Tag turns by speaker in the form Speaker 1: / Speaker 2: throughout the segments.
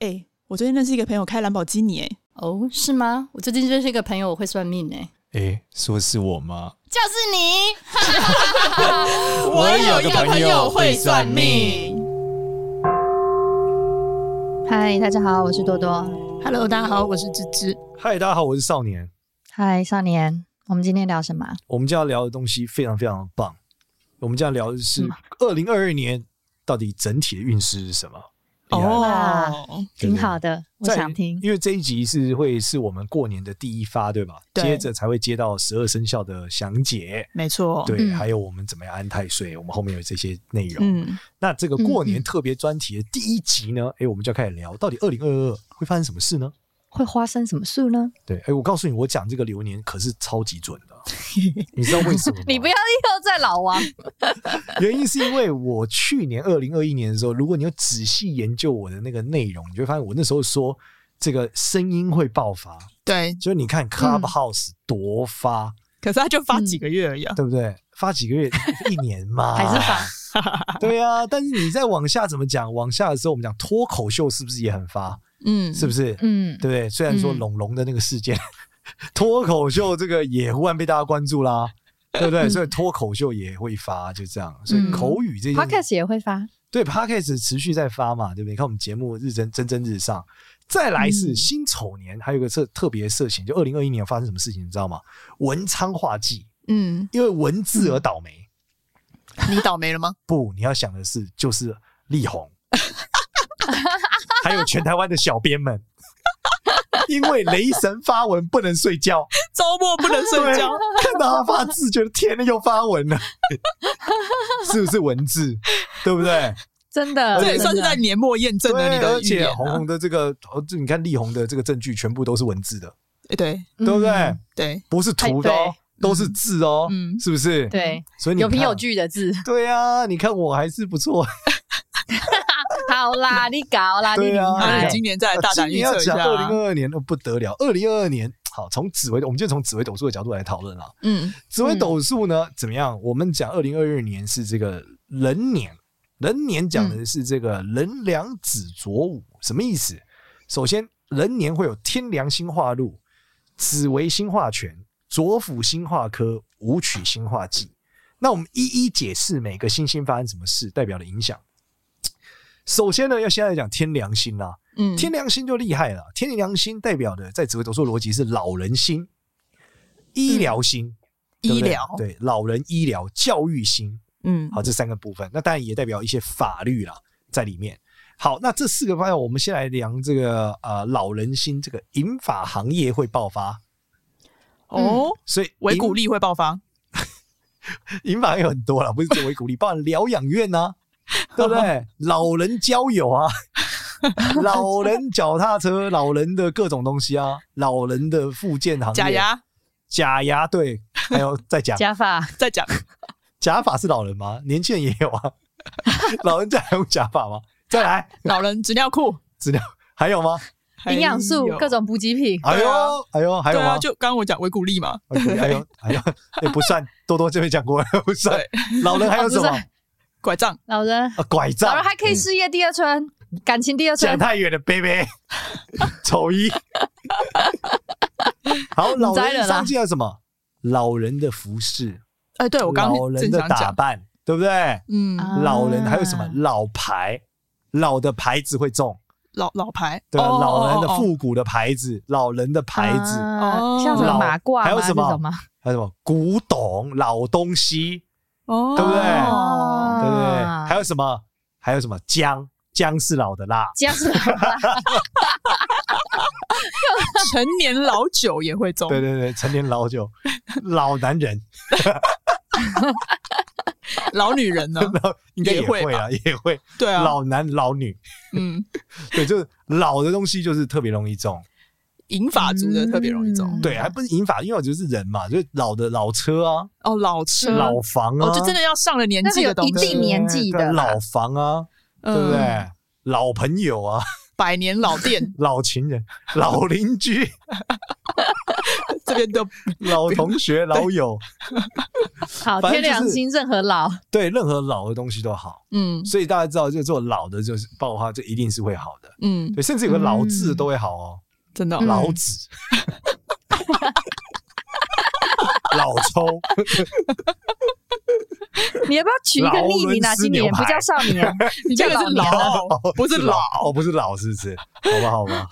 Speaker 1: 哎、我最近认识一个朋友开兰博基尼、哎，
Speaker 2: 哦，是吗？我最近认识一个朋友，我会算命哎、
Speaker 3: 诶，说是我吗？
Speaker 2: 就是你。
Speaker 3: 我有个朋友会算命。
Speaker 4: 嗨，大家好，我是多多。
Speaker 5: Hello，大家好，我是芝芝。
Speaker 3: 嗨，大家好，我是少年。
Speaker 4: 嗨，少年，我们今天聊什么？
Speaker 3: 我们今天要聊的东西非常非常棒。我们今天要聊的是
Speaker 2: 嗯
Speaker 3: 二零二二年到底整体的运势是什么？厉害吧，
Speaker 1: 哦，
Speaker 3: 对
Speaker 4: 挺
Speaker 3: 不对
Speaker 4: 好的，我
Speaker 3: 在
Speaker 4: 想听。
Speaker 3: 因为这一集是会是我们过年的第一发，对吧？
Speaker 1: 对
Speaker 3: 接着才会接到十二生肖的详解，
Speaker 1: 没错，
Speaker 3: 对，
Speaker 4: 嗯
Speaker 3: 还有我们怎么样安太岁，我们后面有这些内容。
Speaker 1: 嗯，
Speaker 3: 那这个过
Speaker 4: 嗯
Speaker 3: 年
Speaker 4: 嗯
Speaker 3: 特别专题的第一集呢，诶，我们就要开始聊到底二零二二会发生什么事呢？
Speaker 4: 会发生什么事呢？
Speaker 3: 对，诶，我告诉你，我讲这个流年可是超级准 的，啊你知道为什么吗？
Speaker 4: 又在老王。
Speaker 3: 原因是因为我去年二零二一年的时候，如果你有仔细研究我的那个内容，你就会发现我那时候说这个声音会爆发，
Speaker 1: 对，
Speaker 3: 就是你
Speaker 4: 嗯
Speaker 3: 看 Clubhouse 多发，
Speaker 1: 可是他就发几个月而已、啊
Speaker 3: 对不对？发几个月一年嘛，
Speaker 4: 还是
Speaker 3: 发？对啊，但是你再往下怎么讲？往下的时候，我们讲脱口秀是不是也很发？
Speaker 1: 嗯，
Speaker 3: 是不是？
Speaker 4: 嗯
Speaker 3: 对不对？虽然说
Speaker 4: 嗯
Speaker 3: 龙龙的那个事件，脱口秀这个也忽然被大家关注啦，对不对？所以脱口秀也会发，就这样。所以
Speaker 4: 嗯
Speaker 3: 口语这件事
Speaker 4: ，Podcast 也会发。
Speaker 3: 对 Podcast 持续在发嘛，对不对？你看我们节目日蒸蒸蒸日上，再来是
Speaker 4: 嗯
Speaker 3: 辛丑年，还有一个特特别事情，就二零二一年发生什么事情，你知道吗？文昌化忌，
Speaker 1: 嗯，
Speaker 3: 因为文字而倒霉。
Speaker 1: 你倒霉了吗？
Speaker 3: 不，你要想的是就是力宏，还有全台湾的小编们，因为雷神发文不能睡觉，
Speaker 1: 周末不能睡觉，
Speaker 3: 看到他发字，觉得天呐，又发文了， 是不是文字？对不 对？
Speaker 4: 真的，
Speaker 1: 这也算是
Speaker 4: 真的
Speaker 1: 在年末验证了
Speaker 3: 对，
Speaker 1: 你的
Speaker 3: 而
Speaker 1: 预
Speaker 3: 且
Speaker 1: 言啊、
Speaker 3: 红红的这个，哦这你看力宏的这个证据全部都是文字的，
Speaker 1: 诶哎对
Speaker 4: 嗯
Speaker 3: 对不对？
Speaker 1: 对，
Speaker 3: 不是图的哦
Speaker 4: 哎，
Speaker 3: 都是字哦，
Speaker 1: 嗯
Speaker 3: 是不是？，
Speaker 4: 对，
Speaker 3: 所以你
Speaker 4: 有凭
Speaker 3: 看
Speaker 4: 有。据 的字。
Speaker 3: 对啊，你看我还是不错。
Speaker 4: 好啦，你搞啦，你
Speaker 3: 对
Speaker 4: 厉
Speaker 3: 啊
Speaker 1: 那
Speaker 4: 害
Speaker 1: 你。今年再来大
Speaker 3: 今
Speaker 1: 胆预
Speaker 3: 年要
Speaker 1: 测一
Speaker 3: 讲
Speaker 1: 下
Speaker 3: 二零
Speaker 1: 啊，
Speaker 3: 二二年，哦不得了。二零二二年，好，从紫微斗，我们就从紫微斗数的角度来讨论啦。
Speaker 1: 嗯，
Speaker 3: 紫微斗数呢，怎么样？我们讲二零二二年是这个人年，人年讲的是这个人梁子左午，什么意思？首先，人年会有天梁星化禄、紫微星化权、左辅星化科、武曲星化忌。那我们一一解释每个星星发生什么事代表的影响。首先呢，要先来讲天梁星啊啦、
Speaker 1: 嗯，
Speaker 3: 天良心就厉害了，天良心代表的在紫微斗数逻辑是老人心、医疗心、对不
Speaker 1: 嗯医
Speaker 3: 对
Speaker 1: 疗，
Speaker 3: 对老人医疗、教育心，
Speaker 1: 嗯，
Speaker 3: 好这三个部分。那当然也代表一些法律啦在里面。好，那这四个方向，我们先来量这个呃老人心，这个银发行业会爆发，
Speaker 1: 哦，
Speaker 3: 所以
Speaker 1: 维
Speaker 3: 银
Speaker 1: 骨力会爆发，
Speaker 3: 银发有很多啦，不是只有维骨力，包含疗养 院呐、对不对？老人交友啊，老人脚踏车，老人的各种东西啊，老人的附件行业，
Speaker 1: 假，牙
Speaker 3: 假牙，对，还 有再讲，
Speaker 4: 加法，
Speaker 1: 再讲，
Speaker 3: 假发是老人吗？年轻人也有啊， 老人家还用假发吗？再来，
Speaker 1: 老人纸尿裤，
Speaker 3: 资料还有吗？
Speaker 1: 还有
Speaker 4: 营养素，各种补给品。
Speaker 3: 哎
Speaker 1: 对
Speaker 3: 呦
Speaker 1: 啊，
Speaker 3: 哎呦，还有
Speaker 1: 对啊，
Speaker 3: 吗？哎
Speaker 1: 就刚刚我讲维骨力嘛，
Speaker 4: 啊
Speaker 3: OK，还有还有，也哎不算，多多这边讲过，不算。老人还有什么
Speaker 4: 啊不？
Speaker 1: 拐杖，
Speaker 4: 老人，
Speaker 3: 啊拐杖，
Speaker 4: 老人还可以事业第二春，感情第二
Speaker 3: 讲
Speaker 4: 春。
Speaker 3: 太远了，baby。丑一，好，老
Speaker 4: 摘
Speaker 3: 人
Speaker 4: 了啦
Speaker 3: 商机还有什么？老人的服饰，
Speaker 1: 哎，对我刚
Speaker 3: 老
Speaker 1: 刚
Speaker 3: 人
Speaker 1: 正
Speaker 3: 的
Speaker 1: 想
Speaker 3: 打
Speaker 1: 讲，
Speaker 3: 扮，对不对？
Speaker 1: 嗯，
Speaker 4: 啊
Speaker 3: 老人还有什么？老牌，老的牌子会中，
Speaker 1: 老老牌，
Speaker 3: 对吧？啊
Speaker 1: 哦
Speaker 3: 老人的
Speaker 1: 哦哦
Speaker 3: 复古的牌子，老人的牌子，
Speaker 4: 啊像什
Speaker 3: 老
Speaker 4: 么马褂吗
Speaker 3: 还有什么
Speaker 4: 这种吗？
Speaker 3: 还有什么古董、老东西，
Speaker 1: 哦，
Speaker 3: 对不对
Speaker 1: 哦
Speaker 3: 对不对？
Speaker 4: 啊
Speaker 3: 还有什么？还有什么姜？姜是老的辣，
Speaker 4: 加上吧
Speaker 1: 成年老酒也会中，
Speaker 3: 对对对，陈年老酒，老 男人
Speaker 1: 老女人 呢？
Speaker 3: 应该
Speaker 1: 哦也
Speaker 3: 也
Speaker 1: 会
Speaker 3: 会啊，也会
Speaker 1: 对啊，
Speaker 3: 老男老女。
Speaker 1: 嗯，
Speaker 3: 对，就是老的东西就是特别容易中，
Speaker 1: 银发族的特别容易中
Speaker 4: 嗯，
Speaker 3: 对，还不是银发，因为我觉得是人嘛，就是老的老车啊，
Speaker 1: 哦，老车，
Speaker 3: 老房啊，
Speaker 1: 哦，就真的要上了年纪的东
Speaker 4: 那个有
Speaker 1: 西
Speaker 4: 一定，年纪的
Speaker 3: 对
Speaker 4: 啦
Speaker 3: 老房啊，对不对？
Speaker 1: 嗯？
Speaker 3: 老朋友啊，
Speaker 1: 百年老 店
Speaker 3: 老情人、老邻 居、
Speaker 1: 这边都
Speaker 3: 老同学、老友，
Speaker 4: 好，
Speaker 3: 反
Speaker 4: 天
Speaker 3: 正就是
Speaker 4: 良心任何老，
Speaker 3: 对任何老的东西都好。
Speaker 1: 嗯
Speaker 3: 所以大家知道，就做老的就是爆花，就一定是会好的。
Speaker 1: 嗯，
Speaker 3: 对，甚至有个老字都会好哦，
Speaker 1: 真的哦，
Speaker 3: 老子、老抽，
Speaker 4: 你要不要取一个匿名
Speaker 3: 劳伦
Speaker 4: 啊？
Speaker 3: 斯
Speaker 4: 今年
Speaker 3: 牛排
Speaker 4: 不叫少 年，
Speaker 1: 你这个是老，哦不是老，
Speaker 3: 哦，不是老，是不是？好吧，好吧，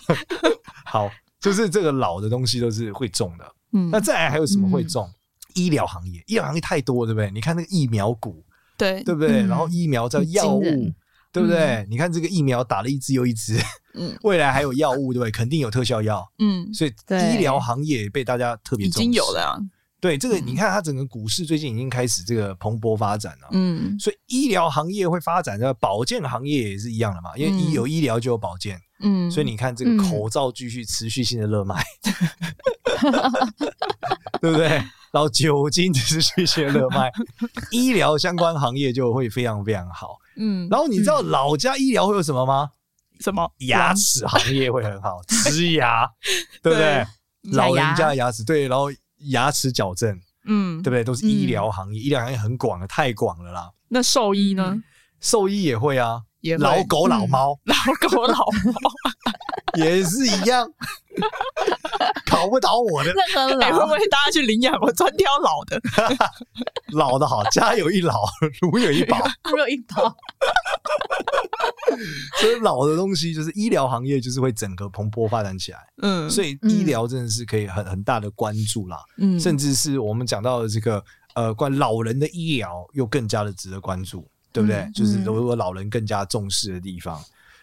Speaker 3: 好，就是这个老的东西都是会中的。
Speaker 1: 嗯
Speaker 3: 那，再来还有什么会中？医疗行业，医疗行业太多了，对不对？你看那个疫苗股，
Speaker 1: 对，
Speaker 3: 对不对？
Speaker 4: 嗯
Speaker 3: 然后疫苗叫药物
Speaker 4: 很惊人，
Speaker 3: 对不对？你看这个疫苗打了一支又一支，
Speaker 1: 嗯
Speaker 3: 未来还有药物，对不对？肯定有特效药，
Speaker 1: 嗯，
Speaker 3: 所以
Speaker 4: 对
Speaker 3: 医疗行业也被大家特别
Speaker 1: 已
Speaker 3: 重视
Speaker 1: 经有了啊，
Speaker 3: 对这个，你看它整个股市最近已经开始这个蓬勃发展了。
Speaker 1: 嗯
Speaker 3: 所以医疗行业会发展，那保健行业也是一样的嘛，因为
Speaker 1: 嗯
Speaker 3: 医有医疗就有保健，
Speaker 1: 嗯，
Speaker 3: 所以你看这个口罩继续持续性的 热卖，对不对？然后酒精持续性的热 卖，医疗相关行业就会非常非常好。
Speaker 1: 嗯，
Speaker 3: 然后你知道老家医疗会有什么吗？
Speaker 1: 什么
Speaker 3: 牙齿行业会 很好，植牙，对不对
Speaker 1: 对？
Speaker 3: 老人家的牙齿对，然后牙齿矫正，
Speaker 1: 嗯
Speaker 3: 对，不对？都是医疗行业，医疗行业很广了，太广了啦。
Speaker 1: 那兽医
Speaker 3: 嗯
Speaker 1: 呢？
Speaker 3: 兽医也会啊，
Speaker 1: 也会
Speaker 3: 老狗老猫、
Speaker 1: 老狗 老猫，嗯
Speaker 3: 也是一 样，搞不倒我的。
Speaker 4: 任何
Speaker 1: 哎，会不
Speaker 4: 老，
Speaker 1: 会大家去领养？我专挑老的，
Speaker 3: 老的好，家有一老， 如有一宝。
Speaker 4: 如有一 包。
Speaker 3: 所以老的东西就是医疗行业，就是会整个蓬勃发展起来。
Speaker 1: 嗯，
Speaker 3: 所以医疗真的是可以很很大的关注啦，
Speaker 1: 嗯
Speaker 3: 甚至是我们讲到的这个呃，关于老人的医疗又更加的值得关注，对不对？
Speaker 1: 嗯
Speaker 3: 就是如果老人更加重视的地方。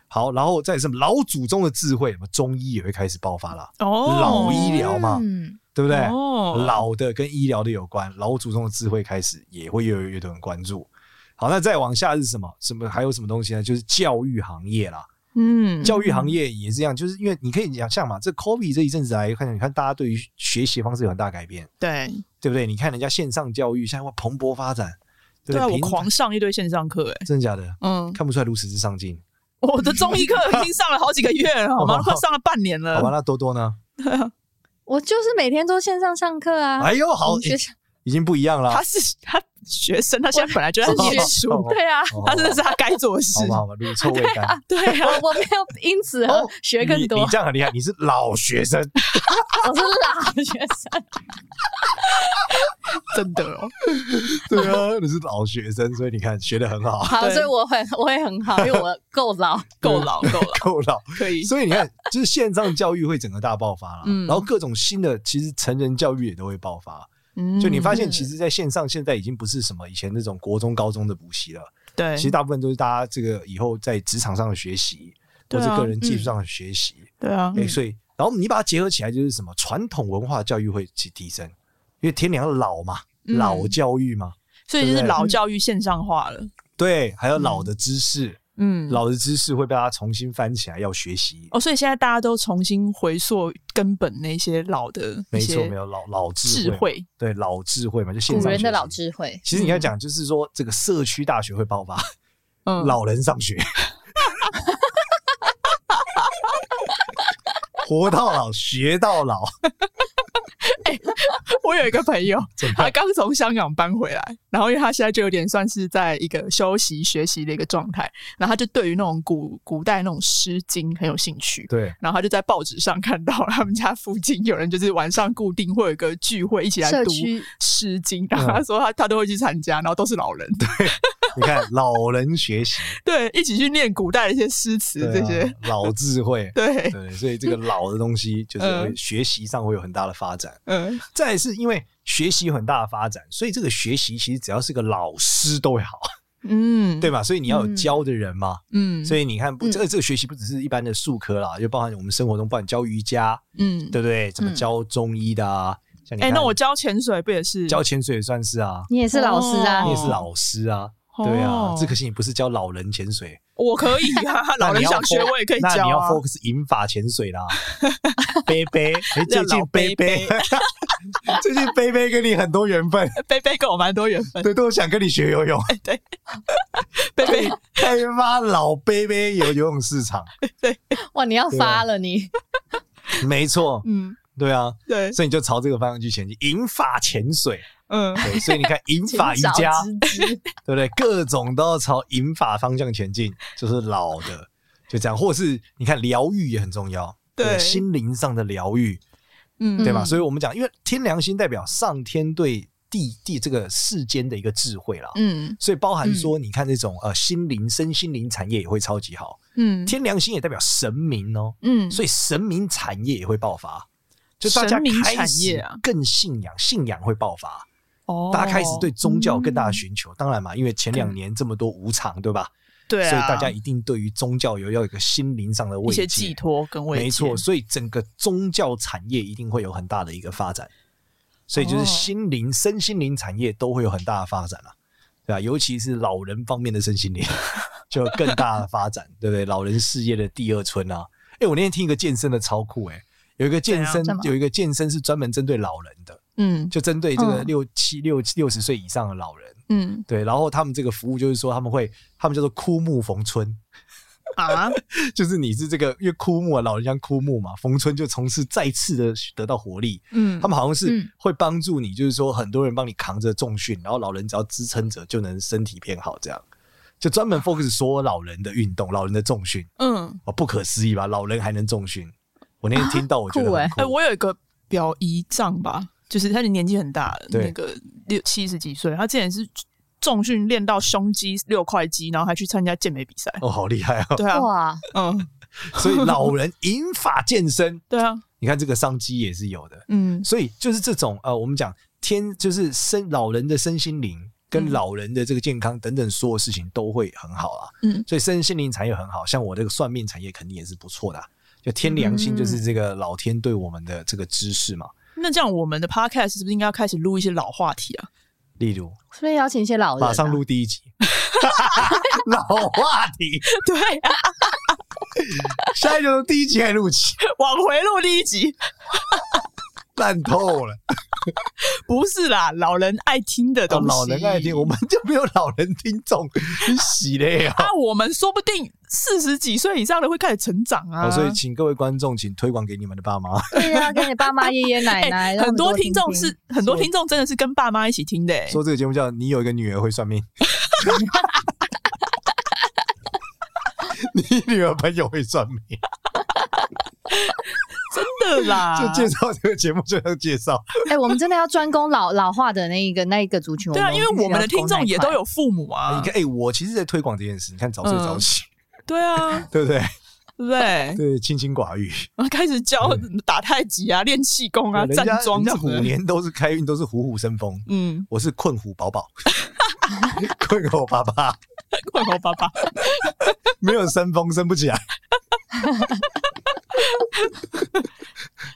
Speaker 3: 好，然后再是什么老祖宗的智慧，什么中医也会开始爆发啦，
Speaker 1: 哦，
Speaker 3: 老医疗嘛，
Speaker 5: 嗯，
Speaker 3: 对不对？
Speaker 1: 哦
Speaker 3: 老的跟医疗的有关，老祖宗的智慧开始也会有有多人关注。好，那再往下是什么？什么还有什么东西呢？就是教育行业啦，
Speaker 1: 嗯，
Speaker 3: 教育行业也是这样，就是因为你可以想象嘛，这 COVID 这一阵子来看，你看大家对于学习的方式有很大改变，
Speaker 1: 对
Speaker 3: 对不对？你看人家线上教育现在哇蓬勃发展，对不
Speaker 1: 对啊，我
Speaker 3: 平
Speaker 1: 狂上一堆线上课，哎，
Speaker 3: 真的假的？
Speaker 1: 嗯，
Speaker 3: 看不出来如此之上进，
Speaker 1: 我的中 医课已经上了好几个月了，好
Speaker 3: 哦
Speaker 1: 吗？快上了半年
Speaker 3: 好吧？
Speaker 1: 了。
Speaker 3: 那多多呢？
Speaker 4: 我就是每天都线上上课
Speaker 1: 嗯
Speaker 4: 啊。
Speaker 3: 哎呦，好，
Speaker 4: 我们学校
Speaker 3: 已经不一样 了。
Speaker 1: 他是他学生，他现在本来就在
Speaker 4: 我
Speaker 1: 念
Speaker 4: 学
Speaker 1: 书，
Speaker 3: 哦
Speaker 4: 对啊，
Speaker 3: 哦
Speaker 1: 他真的是他该做的事
Speaker 3: 好。吧，好吧， 乳臭未干。
Speaker 1: 对 啊，
Speaker 4: 我我没有因此而
Speaker 3: 哦
Speaker 4: 学更多，
Speaker 3: 你你这样很厉害，你是老学生。
Speaker 4: 我是老学 生。
Speaker 1: 真的哦，
Speaker 3: 对啊，你是老学生，所以你看学的很好，
Speaker 4: 好，
Speaker 1: 对
Speaker 4: 所以我会我会很好，因为我够老。
Speaker 1: 够老够老，
Speaker 3: 够老。
Speaker 1: 可以。
Speaker 3: 所以你看，就是线上教育会整个大爆发了，
Speaker 1: 嗯
Speaker 3: 然后各种新的，其实成人教育也都会爆发。
Speaker 1: 嗯
Speaker 3: 就你发现，其实在线上现在已经不是什么以前那种国中、高中的补习了，
Speaker 1: 对，
Speaker 3: 其实大部分都是大家这个以后在职场上的学习，或
Speaker 1: 对啊
Speaker 3: 者个人技术上的学习。
Speaker 1: 对啊
Speaker 3: 哎、，所以然后你把它结合起来，就是什么传统文化教育会去提升，因为天良老嘛，
Speaker 1: 嗯
Speaker 3: 老教育嘛，
Speaker 1: 所以就
Speaker 3: 对
Speaker 1: 是
Speaker 3: 不对
Speaker 1: 老教育线上化了。
Speaker 3: 对，还有老的知识。
Speaker 1: 嗯，
Speaker 3: 老的知识会被他重新翻起来，要学习。
Speaker 1: 哦，所以现在大家都重新回溯根本那些老的
Speaker 3: 没
Speaker 1: 一
Speaker 3: 错，
Speaker 1: 些
Speaker 3: 没有老老智
Speaker 1: 智
Speaker 3: 慧，
Speaker 1: 慧。
Speaker 3: 对老智慧嘛，就线
Speaker 4: 古
Speaker 3: 上
Speaker 4: 人的
Speaker 3: 学习
Speaker 4: 老。智慧，
Speaker 3: 其实你要讲，就是说这个社区大学会爆发，
Speaker 1: 嗯，
Speaker 3: 老人上学，活到老学到老，
Speaker 1: 我有一个朋友，
Speaker 3: 怎么
Speaker 1: 他
Speaker 3: 样？
Speaker 1: 刚从香港搬回来，然后因为他现在就有点算是在一个休息学习的一个状态，然后他就对于那种古古代那种《诗经》很有兴趣。
Speaker 3: 对，
Speaker 1: 然后他就在报纸上 看到他们家附近有人就是晚上固定会有一个聚会，一起来
Speaker 4: 社
Speaker 1: 读《
Speaker 4: 区
Speaker 1: 诗经》，然后
Speaker 3: 嗯
Speaker 1: 他说他他都会去参加，然后都是老人，
Speaker 3: 你看老人学习，
Speaker 1: 对，一起去念古代的一些诗词
Speaker 3: 对啊
Speaker 1: 这些，
Speaker 3: 老智慧，
Speaker 1: 对，
Speaker 3: 对，所以这个老的东西就是
Speaker 1: 嗯
Speaker 3: 会学习上会有很大的发展。
Speaker 1: 嗯，
Speaker 3: 再来是因为学习有很大的发展，所以这个学习其实只要是个老师都会好。
Speaker 1: 嗯，
Speaker 3: 对，吧？所以你要有
Speaker 4: 嗯
Speaker 3: 教的人嘛。
Speaker 1: 嗯，
Speaker 3: 所
Speaker 1: 以，
Speaker 3: 以你看，不，
Speaker 4: 嗯
Speaker 3: 这个这个学习不只是一般的术科啦，就包含我们生活中，不管教瑜伽，
Speaker 1: 嗯，
Speaker 3: 对不对？怎么
Speaker 4: 嗯
Speaker 3: 教中医的啊？像你
Speaker 1: 哎，
Speaker 3: 看
Speaker 1: 那我教潜水不也是
Speaker 3: 教潜水也算是啊，
Speaker 4: 你也是老师啊
Speaker 1: 哦
Speaker 3: 你也是老师啊，对啊。只可惜你不是教老人潜水，
Speaker 1: 我可以啊，老
Speaker 3: 那
Speaker 1: 人
Speaker 3: 你要
Speaker 1: 想学
Speaker 3: fo-
Speaker 1: 我也可以
Speaker 3: 那
Speaker 1: 教
Speaker 3: 你要
Speaker 1: 啊。
Speaker 3: focus 银发潜 水啦，贝贝，哎，最
Speaker 1: 老
Speaker 3: 近
Speaker 1: 贝
Speaker 3: 贝贝， 最近贝贝跟你很多缘 分，
Speaker 1: 贝贝跟我蛮多缘 分，
Speaker 3: 对，都想跟你学游泳，
Speaker 1: 贝贝
Speaker 3: 开发老贝贝游游泳市场，
Speaker 4: 哇，你要
Speaker 3: 啊
Speaker 4: 发了你，
Speaker 3: 没错，
Speaker 1: 嗯，
Speaker 3: 对啊。
Speaker 1: 对，
Speaker 3: 所以你就朝这个方向去前进，银发潜水，
Speaker 1: 嗯，
Speaker 3: 对，所以你看银
Speaker 4: 请
Speaker 3: 法瑜
Speaker 4: 早
Speaker 3: 伽，
Speaker 4: 知之
Speaker 3: 对不对？各种都要朝银法方向前进，就是老的就这样，或是你看疗愈也很重要，
Speaker 1: 对
Speaker 3: 心灵上的疗愈，
Speaker 1: 嗯，
Speaker 3: 对吧？
Speaker 2: 嗯
Speaker 3: 所以我们讲，因为天良心代表上天对地地这个世间的一个智慧啦。
Speaker 1: 嗯
Speaker 3: 所以包含说，你看这种呃心灵、身心灵产业也会超级好。
Speaker 1: 嗯
Speaker 3: 天良心也代表神明哦，
Speaker 1: 嗯，
Speaker 3: 所以神明产业也会爆发，就大家
Speaker 1: 神明
Speaker 3: 开
Speaker 1: 产业
Speaker 3: 始
Speaker 1: 啊
Speaker 3: 更信仰，信仰会爆发，
Speaker 1: 哦嗯
Speaker 3: 大家开始对宗教更大的寻求。当然嘛，因为前两年这么多无常，对吧？
Speaker 1: 对啊，
Speaker 3: 所以大家一定对于宗教有要有一个心灵上的
Speaker 1: 一
Speaker 3: 慰
Speaker 1: 些寄
Speaker 3: 藉。
Speaker 1: 托跟慰藉，
Speaker 3: 没错，所以整个宗教产业一定会有很大的一个发展，所以就是
Speaker 1: 哦
Speaker 3: 心灵、身心灵产业都会有很大的发展了、对吧、尤其是老人方面的身心灵就有更大的发展，对不对？老人事业的第二春啊！哎、我那天听一个健身的超酷哎、有一个健身
Speaker 2: 怎样，
Speaker 3: 有一个健身是专门针对老人的，
Speaker 1: 嗯
Speaker 3: 就针对这个
Speaker 2: 嗯
Speaker 3: 六七六六十岁以上的老人，
Speaker 1: 嗯
Speaker 3: 对。然后他们这个服务就是说，他们会，他们叫做枯木逢春，
Speaker 1: 啊，
Speaker 3: 就是你是这个，因为枯木啊，老人家枯木嘛，逢春就从此再次的得到活力。
Speaker 1: 嗯
Speaker 3: 他们好像是
Speaker 4: 嗯
Speaker 3: 会帮助你，就是说很多人帮你扛着重训，然后老人只要支撑着就能身体变好，这样就专门 focus 所有老人的运动，老人的重训
Speaker 1: 嗯，
Speaker 3: 哦，不可思议吧？老人还能重训，我那天听到我觉得
Speaker 4: 酷
Speaker 3: 很
Speaker 4: 欸
Speaker 3: 酷，
Speaker 1: 哎、 我有一个表姨丈吧，就是他的年纪很大了，
Speaker 3: 对
Speaker 1: 那个六七十几岁，他之前是重训练到胸肌六块肌，然后还去参加健美比赛。
Speaker 3: 哦，好厉害哦！
Speaker 1: 对啊，
Speaker 4: 哇，
Speaker 1: 嗯，
Speaker 3: 所以老人引法健身，
Speaker 1: 对啊，
Speaker 3: 你看这个商机也是有的。
Speaker 1: 嗯
Speaker 3: 所以就是这种呃，我们讲天就是身老人的身心灵跟
Speaker 1: 嗯
Speaker 3: 老人的这个健康等等，所有事情都会很好啦。
Speaker 1: 嗯，
Speaker 3: 所以身心灵产业很好，像我这个算命产业肯定也是不错的啊、就天良心，就是这个老天对我们的这个知识嘛。
Speaker 1: 那这样我们的 podcast 是不是应该要开始录一些老话题啊？
Speaker 3: 例如，
Speaker 4: 所以邀请一些老人啊，
Speaker 3: 马上录第一集， 老话题，
Speaker 1: 对啊，
Speaker 3: 现在就从第一集开始录起，
Speaker 1: 往回录第一集，
Speaker 3: 烂透了。
Speaker 1: 不是啦，老人爱听的 东西，
Speaker 3: 哦老人爱听，我们就没有老人听众，你洗嘞啊！
Speaker 1: 啊，我们说不定四十几岁以上的会开始成长啊，
Speaker 3: 好，哦所以请各位观众，请推广给你们的爸妈。
Speaker 4: 对呀，跟你爸妈、爷爷奶
Speaker 1: 哎
Speaker 4: 奶，让他
Speaker 1: 很
Speaker 4: 们多
Speaker 1: 多听众是
Speaker 4: 听
Speaker 1: 很多
Speaker 3: 说
Speaker 1: 听众真的是跟爸妈一起听的、欸，
Speaker 3: 说这个节目叫“你有一个女儿会算命”，你女儿朋友会算命，
Speaker 1: 真的啦，
Speaker 3: 就介绍这个节目就要介绍。
Speaker 4: 哎，我们真的要专攻老老化的那一个那一个族群，
Speaker 1: 对啊，因为我们的
Speaker 4: 必须
Speaker 1: 听
Speaker 4: 要攻那
Speaker 1: 众
Speaker 4: 一
Speaker 1: 也
Speaker 4: 块
Speaker 1: 都有父母
Speaker 3: 你
Speaker 1: 啊，
Speaker 3: 看，哎、我其实在推广这件事，你看早睡早起，
Speaker 1: 对啊，
Speaker 3: 对不对？
Speaker 1: 对不 对？
Speaker 3: 对，清心寡欲。
Speaker 1: 然后开始教打太极啊，练气功啊，
Speaker 3: 人家
Speaker 1: 站桩
Speaker 3: 人
Speaker 1: 什
Speaker 3: 家
Speaker 1: 么
Speaker 3: 虎
Speaker 1: 的。
Speaker 3: 年都是开运，都是虎虎生风。
Speaker 1: 嗯，
Speaker 3: 我是困虎宝 宝，困虎爸爸
Speaker 1: 快活爸爸，
Speaker 3: 没有生风，生不起来。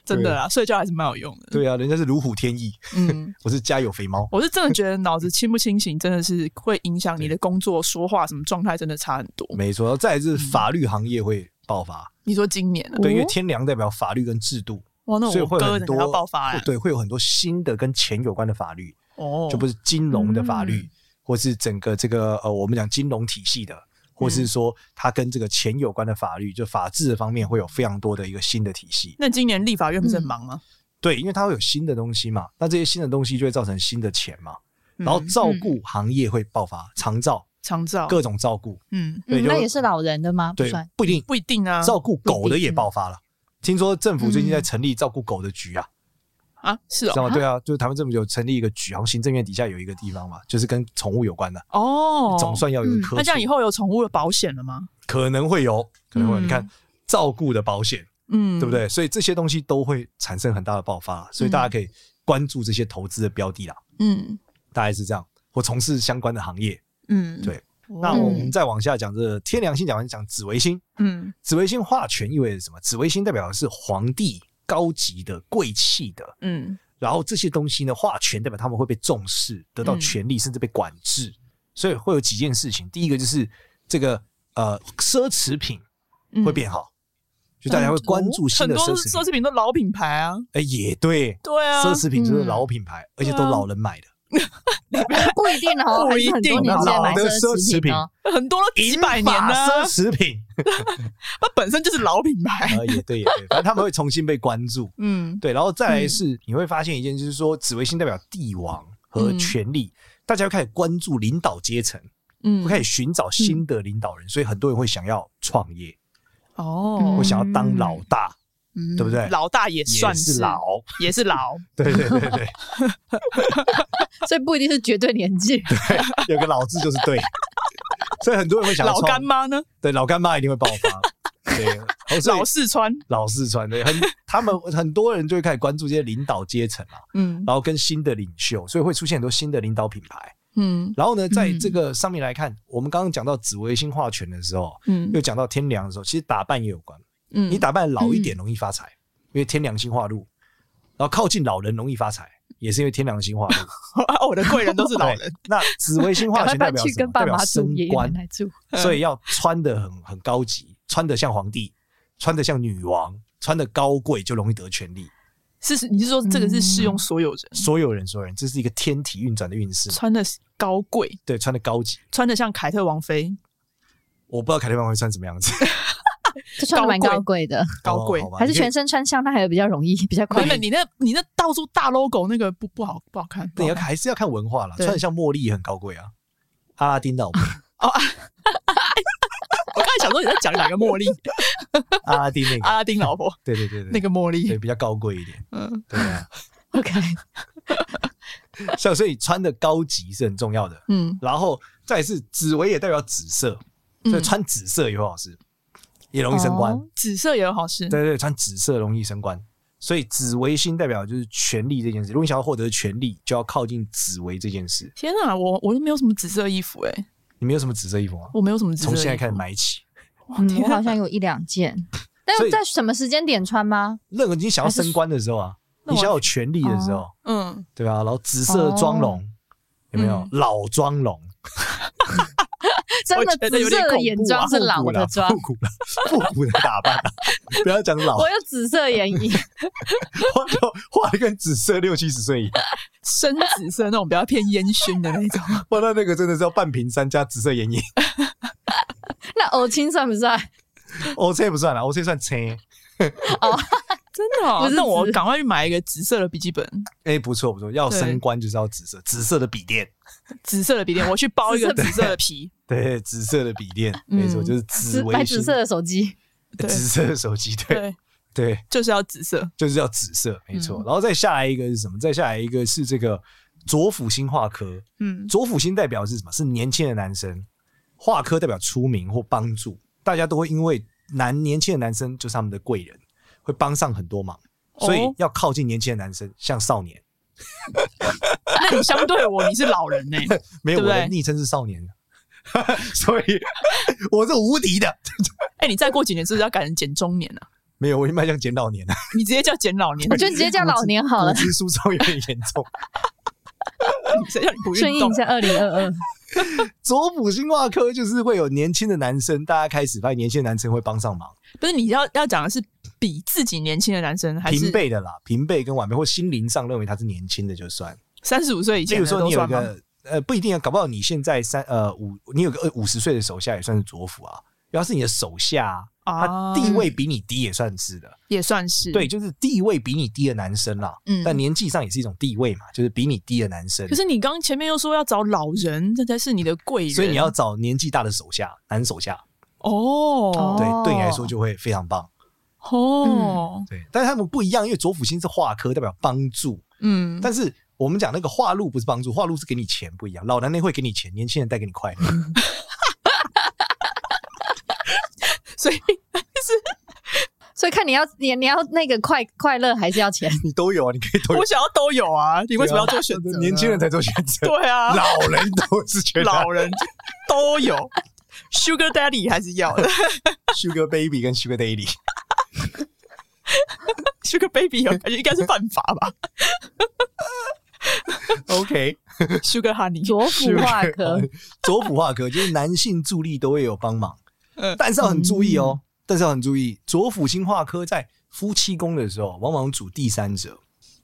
Speaker 1: 真的啦，睡觉还是蛮有用的。
Speaker 3: 对啊，人家是如虎添翼，
Speaker 1: 嗯，
Speaker 3: 我是家有肥猫。
Speaker 1: 我是真的觉得脑子清不清醒，真的是会影响你的工作、说话什么状态，真的差很多。
Speaker 3: 没错，再来是法律行业会爆发，
Speaker 1: 你说今年啊，
Speaker 3: 对，因
Speaker 4: 哦
Speaker 3: 为天良代表法律跟制度。
Speaker 1: 哇，那
Speaker 3: 所以
Speaker 1: 我
Speaker 3: 会有
Speaker 1: 哥
Speaker 3: 很
Speaker 1: 等
Speaker 3: 多
Speaker 1: 下要爆发呀！
Speaker 3: 对，会有很多新的跟钱有关的法律，
Speaker 1: 哦，
Speaker 3: 就不是金融的法律，
Speaker 4: 嗯
Speaker 3: 或是整个这个呃，我们讲金融体系的，或
Speaker 1: 嗯
Speaker 3: 是说它跟这个钱有关的法律，就法治的方面会有非常多的一个新的体系。
Speaker 1: 那今年立法院不是很忙吗？
Speaker 3: 对，因为它会有新的东西嘛，那这些新的东西就会造成新的钱嘛，然后
Speaker 1: 嗯
Speaker 3: 照顾行业会爆发，长照
Speaker 1: 长照，
Speaker 3: 各种照顾，
Speaker 1: 嗯，
Speaker 3: 对
Speaker 4: 嗯
Speaker 3: 就
Speaker 4: 那也是老人的吗？不
Speaker 3: 对
Speaker 4: 算，，
Speaker 3: 不一定
Speaker 1: 不一嗯定啊。
Speaker 3: 照顾狗的
Speaker 4: 不一
Speaker 3: 也
Speaker 4: 定
Speaker 3: 爆发了。听说政府最近在成立照顾狗的局啊，
Speaker 1: 啊，是
Speaker 3: 知道
Speaker 1: 哦，
Speaker 3: 吗？对啊，就是台湾政府有成立一个局，好像行政院底下有一个地方嘛，就是跟宠物有关的，
Speaker 1: 哦，
Speaker 3: 总算要有一
Speaker 4: 嗯
Speaker 3: 科、
Speaker 1: 那这样以后有宠物的保险了吗？
Speaker 3: 可能会有，可能会有。
Speaker 1: 嗯
Speaker 3: 你看照顾的保险，
Speaker 1: 嗯，
Speaker 3: 对不？对？所以这些东西都会产生很大的爆发，所以大家可以关注这些投资的标的啦，
Speaker 1: 嗯
Speaker 3: 大概是这样。或从事相关的行业。
Speaker 1: 嗯，
Speaker 3: 对
Speaker 1: 哦。
Speaker 3: 那我们再往下讲，这个天良心讲完讲紫微星，
Speaker 1: 嗯
Speaker 3: 紫微星化权意味着什么？紫微星代表的是皇帝高级的、贵气的，
Speaker 1: 嗯
Speaker 3: 然后这些东西呢，化权代表他们会被重视，得
Speaker 1: 嗯
Speaker 3: 到权利，甚至被管制。所以会有几件事情，第一个就是这个呃奢侈品
Speaker 1: 嗯
Speaker 3: 会变好，就大家会关注新
Speaker 1: 很
Speaker 3: 的
Speaker 1: 多
Speaker 3: 奢
Speaker 1: 奢
Speaker 3: 侈品。
Speaker 1: 侈品都老品牌啊，
Speaker 3: 哎，也对，
Speaker 1: 对啊，
Speaker 3: 奢侈品就是老品牌，而且都老人买的。
Speaker 4: 不一定 哦，
Speaker 1: 不
Speaker 4: 还
Speaker 1: 一定啊
Speaker 4: 是很多年前买
Speaker 3: 老的奢
Speaker 4: 奢
Speaker 3: 侈
Speaker 4: 侈
Speaker 3: 品
Speaker 4: 品哦，
Speaker 1: 很多都几百年
Speaker 3: 银
Speaker 1: 呢、
Speaker 3: 发奢侈 品，
Speaker 1: 它本身就是老品 牌。
Speaker 3: 呃，也对也对，反正他们会重新被关注。
Speaker 1: 嗯
Speaker 3: 对，然后再来是你会发现一件，就是说紫微星代表帝王，和权力，大家会开始关注领导阶层，
Speaker 1: 嗯
Speaker 3: 会开始寻找新的领导人，所以很多人会想要创业，
Speaker 1: 哦，
Speaker 3: 会想要当老大，
Speaker 1: 嗯
Speaker 3: 对不对
Speaker 1: 老大也
Speaker 3: 也
Speaker 1: 算
Speaker 3: 是老，
Speaker 1: 也是老，
Speaker 3: 对对对对，
Speaker 4: 所以不一定是绝对年纪。
Speaker 3: 有个老字就是对， 所以很多人会 想要
Speaker 1: 老
Speaker 3: 创
Speaker 1: 干，妈呢？
Speaker 3: 对老干妈一定会爆 发，对，哦所以
Speaker 1: 老四川，
Speaker 3: 老四川对，很他们很多人就会开始关注这些领导阶层啊，
Speaker 1: 嗯
Speaker 3: 然后跟新的领袖，所以会出现很多新的领导品牌。
Speaker 1: 嗯
Speaker 3: 然后呢，在这个上面来看，我们刚刚讲到紫微星化权的时候，
Speaker 1: 嗯
Speaker 3: 又讲到天良的时候，其实打扮也有关。
Speaker 1: 嗯，
Speaker 3: 你 打扮老一点容易发财，因为天良星化禄；然后靠近老人容易发财，也是因为天良星化禄。
Speaker 1: 啊我的贵 人都是老人
Speaker 3: 对，那紫微星化
Speaker 4: 赶快
Speaker 3: 权代
Speaker 4: 搬
Speaker 3: 表
Speaker 4: 去
Speaker 3: 什
Speaker 4: 跟
Speaker 3: 么？
Speaker 4: 爸
Speaker 3: 代表
Speaker 4: 妈
Speaker 3: 升
Speaker 4: 住，爷爷奶
Speaker 3: 官，
Speaker 4: 奶住。
Speaker 3: 所以要穿的很很高级，穿的像皇帝，穿的像女王，穿的高贵就容易得权
Speaker 1: 嗯
Speaker 3: 力。
Speaker 1: 是你是说这个是适用所有人，
Speaker 3: 所有人，所有人，这是一个天体运转的运势嘛，
Speaker 1: 穿的高贵，
Speaker 3: 对，穿的高级。
Speaker 1: 穿的像凯特王妃，
Speaker 3: 我不知道凯特曼会穿什么样子，
Speaker 4: 这穿的蛮
Speaker 1: 高贵
Speaker 4: 高贵的，
Speaker 1: 高贵
Speaker 3: 哦好吧
Speaker 4: 还是
Speaker 3: 你可以
Speaker 4: 全身穿上，那还有比较容易，比较快
Speaker 1: 等。等，你那你那到处大 logo 那个不不好不好看，不
Speaker 3: 对，
Speaker 1: 好
Speaker 3: 要
Speaker 1: 看
Speaker 3: 看还是要看文化啦。
Speaker 1: 对
Speaker 3: 穿的像茉莉也很高贵啊，阿拉丁 老婆，
Speaker 1: 我刚才想说你在讲哪个 茉莉，
Speaker 3: 阿拉丁那
Speaker 1: 阿
Speaker 3: 个，
Speaker 1: 拉丁老婆
Speaker 3: 对对对 对，
Speaker 1: 那个茉莉
Speaker 3: 对，比较高贵一点，
Speaker 1: 嗯
Speaker 3: 对啊。
Speaker 4: OK，
Speaker 3: 像 所以穿的高级是很重要的，
Speaker 1: 嗯
Speaker 3: 然后再来是紫薇也代表紫色，所
Speaker 1: 嗯，
Speaker 3: 以
Speaker 1: 哦
Speaker 3: 穿紫色也会好事，也容易升官。
Speaker 1: 紫色也有好事，
Speaker 3: 对对，穿紫色容易升官。所以紫微星代表就是权力这件事，如果你想要获得权力，就要靠近紫微这件事。
Speaker 1: 天啊，我我都没有什么紫色衣服哎、欸，
Speaker 3: 你们有什么紫色衣服吗？
Speaker 1: 我没有什么紫色衣
Speaker 3: 从
Speaker 1: 服。
Speaker 3: 现在开始买起。
Speaker 4: 嗯，我好像有一两件，但
Speaker 3: 所
Speaker 4: 是
Speaker 3: 以
Speaker 4: 在什么时间点穿吗？
Speaker 3: 任何你想要升官的时候啊，
Speaker 1: 那我
Speaker 3: 你想要有权力的时候，
Speaker 1: 嗯，
Speaker 3: 对吧、然后紫色的妆容、有没有、
Speaker 1: 哦嗯
Speaker 3: 老妆容？
Speaker 4: 真
Speaker 1: 我觉
Speaker 4: 的
Speaker 1: 得有
Speaker 4: 紫
Speaker 1: 点恐怖
Speaker 4: 色的眼
Speaker 1: 啊
Speaker 4: 妆是老
Speaker 3: 复古啦
Speaker 4: 的妆
Speaker 3: 复，古啦复古的打扮、啊，不要讲老，
Speaker 4: 我有紫色眼影，
Speaker 3: 我就画的跟紫色六七十岁一样。
Speaker 1: 深紫色那种比较偏烟熏的那种，
Speaker 3: 哇，那那个真的是要半屏山加紫色眼影。
Speaker 4: 那偶青算不算？
Speaker 3: O C 不算了，O C 算车。
Speaker 1: 真的、哦
Speaker 4: 不是
Speaker 1: 那我
Speaker 4: 紫
Speaker 1: 赶快去买一个紫色的笔记本，
Speaker 3: 哎、不错不错，要
Speaker 1: 对
Speaker 3: 升官就是要紫色，紫色的笔电。
Speaker 1: 紫色的笔电，我去包一个
Speaker 4: 紫
Speaker 1: 紫色的皮。
Speaker 3: 对，紫色的笔电，
Speaker 1: 嗯
Speaker 3: 没错，就是紫
Speaker 4: 紫
Speaker 3: 微
Speaker 4: 买
Speaker 3: 星哎
Speaker 4: 紫色的手机，
Speaker 1: 对
Speaker 3: 紫色的手机，对
Speaker 1: 对，
Speaker 3: 对，
Speaker 1: 就是要紫色。
Speaker 3: 就是叫紫色，没错。
Speaker 1: 嗯
Speaker 3: 然后再下来一个是什么？再下来一个是这个左辅星化科，
Speaker 1: 嗯
Speaker 3: 左辅星代表是什么？是年轻的男生，化科代表出名或帮助，大家都会因为男年轻的男生就是他们的贵人，会帮上很多忙，
Speaker 1: 哦
Speaker 3: 所以要靠近年轻的男生，像少年。
Speaker 1: 那你相对我，你是老人呢、
Speaker 3: 没有
Speaker 1: 对不
Speaker 3: 我
Speaker 1: 对
Speaker 3: 的昵称是少年，啊 所以我是无敌的。
Speaker 1: 哎、你再过几年是不是要改成减中年了、啊？
Speaker 3: 没有，我已经迈向减老年了，
Speaker 1: 你直接叫减老年，
Speaker 4: 我就直接叫老年好 了
Speaker 3: 骨，质疏松有点严重。
Speaker 1: 谁叫你不
Speaker 4: 顺
Speaker 1: 运
Speaker 4: 应
Speaker 1: 动
Speaker 4: 一？下二零二 二。
Speaker 3: 左辅星化科就是会有年轻的男生，大家开始发现年轻的男生会帮上忙，
Speaker 1: 不是你要要讲的是比自己年轻的男生，还
Speaker 3: 平
Speaker 1: 是
Speaker 3: 辈的啦，平辈跟晚辈或心灵上认为他是年轻的就算。
Speaker 1: 三十五岁以
Speaker 3: 例
Speaker 1: 前
Speaker 3: 如
Speaker 1: 的
Speaker 3: 说
Speaker 1: 都
Speaker 3: 你有一
Speaker 1: 算吗？
Speaker 3: 个呃不一定啊，搞不好你现在三呃五，你有个五十岁的手下也算是左辅啊，要是你的手下啊，他
Speaker 1: 啊
Speaker 3: 地位比你低也算是的。
Speaker 1: 也算是
Speaker 3: 对，。就是地位比你低的男生啦，
Speaker 1: 嗯
Speaker 3: 但年纪上也是一种地位嘛，就是比你低的男生
Speaker 1: 可，是你刚前面又说要找老人，这才是你的贵人，
Speaker 3: 所以你要找年纪大的手下，男手下，
Speaker 1: 哦
Speaker 3: 对，
Speaker 4: 哦
Speaker 3: 对你来说就会非常棒，
Speaker 1: 哦，
Speaker 3: 对，但是他们不一样，因为左辅星是化科，代表帮助，
Speaker 1: 嗯，
Speaker 3: 但是我们讲那个化禄不是帮助，化禄是给你钱不一样，老男人会给你钱，年轻人带给你快乐，
Speaker 1: 所以
Speaker 4: 所以看你要你你要那个快快乐还是要钱？
Speaker 3: 你都有啊，你可以都有
Speaker 1: 我，想要都有 啊，你为什么要做选择
Speaker 3: 对
Speaker 1: 呢？
Speaker 3: 啊年轻人才做选择，
Speaker 1: 对啊，
Speaker 3: 老人都是选择
Speaker 1: 老人都有，Sugar Daddy 还是要的
Speaker 3: Sugar Baby 跟 Sugar Daddy，
Speaker 1: ，Sugar Baby 有感觉应该是犯法 吧
Speaker 3: OK，呃
Speaker 1: ，Sugar Honey，
Speaker 4: 左辅化科，
Speaker 3: 左辅化科就是男性助力都会有帮忙
Speaker 1: 嗯，
Speaker 3: 但是要很注意哦，但是要很注意，左辅星化科在夫妻宫的时候，往往主第三者，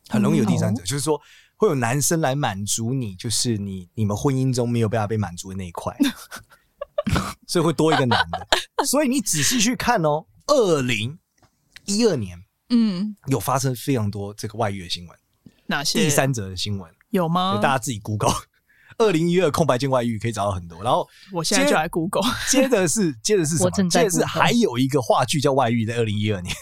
Speaker 3: 很容易有第
Speaker 1: 嗯
Speaker 3: 三者，
Speaker 1: 哦
Speaker 3: 就是说会有男生来满足你，就是你你们婚姻中没有办法被满足的那一 块，所以会多一个男的，所以你仔细去看哦，二零一二年
Speaker 1: 嗯，
Speaker 3: 有发生非常多这个外遇的新闻，
Speaker 1: 哪些
Speaker 3: 第三者的新闻，
Speaker 1: 有吗
Speaker 3: 大？家自己 Google。二 零一二空白键外遇可以找到很多，然 后
Speaker 1: 我现在就来 Google。
Speaker 3: 接着是接着是什么
Speaker 2: 我？正
Speaker 3: 接
Speaker 2: 在
Speaker 3: 着是
Speaker 2: Google
Speaker 3: 还有一个话剧叫《外遇》在二零一二年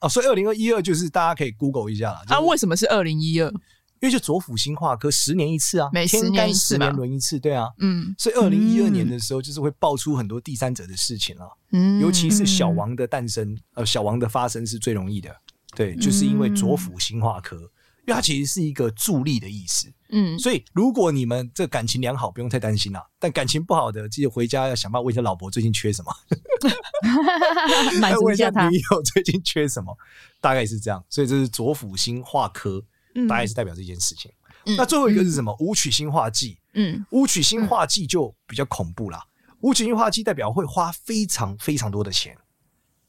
Speaker 3: 哦，所以二零二一二就是大家可以 Google 一下啦。就是
Speaker 1: 啊，为什么是二零一二？
Speaker 3: 因为就左辅新化科十年一次啊，
Speaker 1: 每
Speaker 3: 天
Speaker 1: 十年
Speaker 3: 干
Speaker 1: 一次
Speaker 3: 十年
Speaker 1: 嘛
Speaker 3: 轮一次，对啊。
Speaker 1: 嗯
Speaker 3: 所以二零一二
Speaker 1: 嗯
Speaker 3: 年的时候，就是会爆出很多第三者的事情啊了、
Speaker 1: 嗯
Speaker 3: 尤其是小王的诞生，呃，小王的发生是最容易的，对，就是因为左辅新化科，因为它其实是一个助力的意思。
Speaker 2: 嗯，
Speaker 3: 所以如果你们这感情良好，不用太担心啦。但感情不好的，记得回家要想办法问一下老婆最近缺什么，
Speaker 4: 满
Speaker 3: 再
Speaker 4: 足
Speaker 3: 问
Speaker 4: 一
Speaker 3: 一
Speaker 4: 下
Speaker 3: 下
Speaker 4: 他
Speaker 3: 女。友最近缺什么，大概是这样。所以这是左辅新化科，
Speaker 1: 嗯
Speaker 3: 大概是代表这件事情。
Speaker 2: 嗯
Speaker 3: 那最后一个是什么？武曲星化忌，
Speaker 2: 嗯，
Speaker 3: 武曲星化忌就比较恐怖啦。武曲星化忌代表会花非常非常多的钱，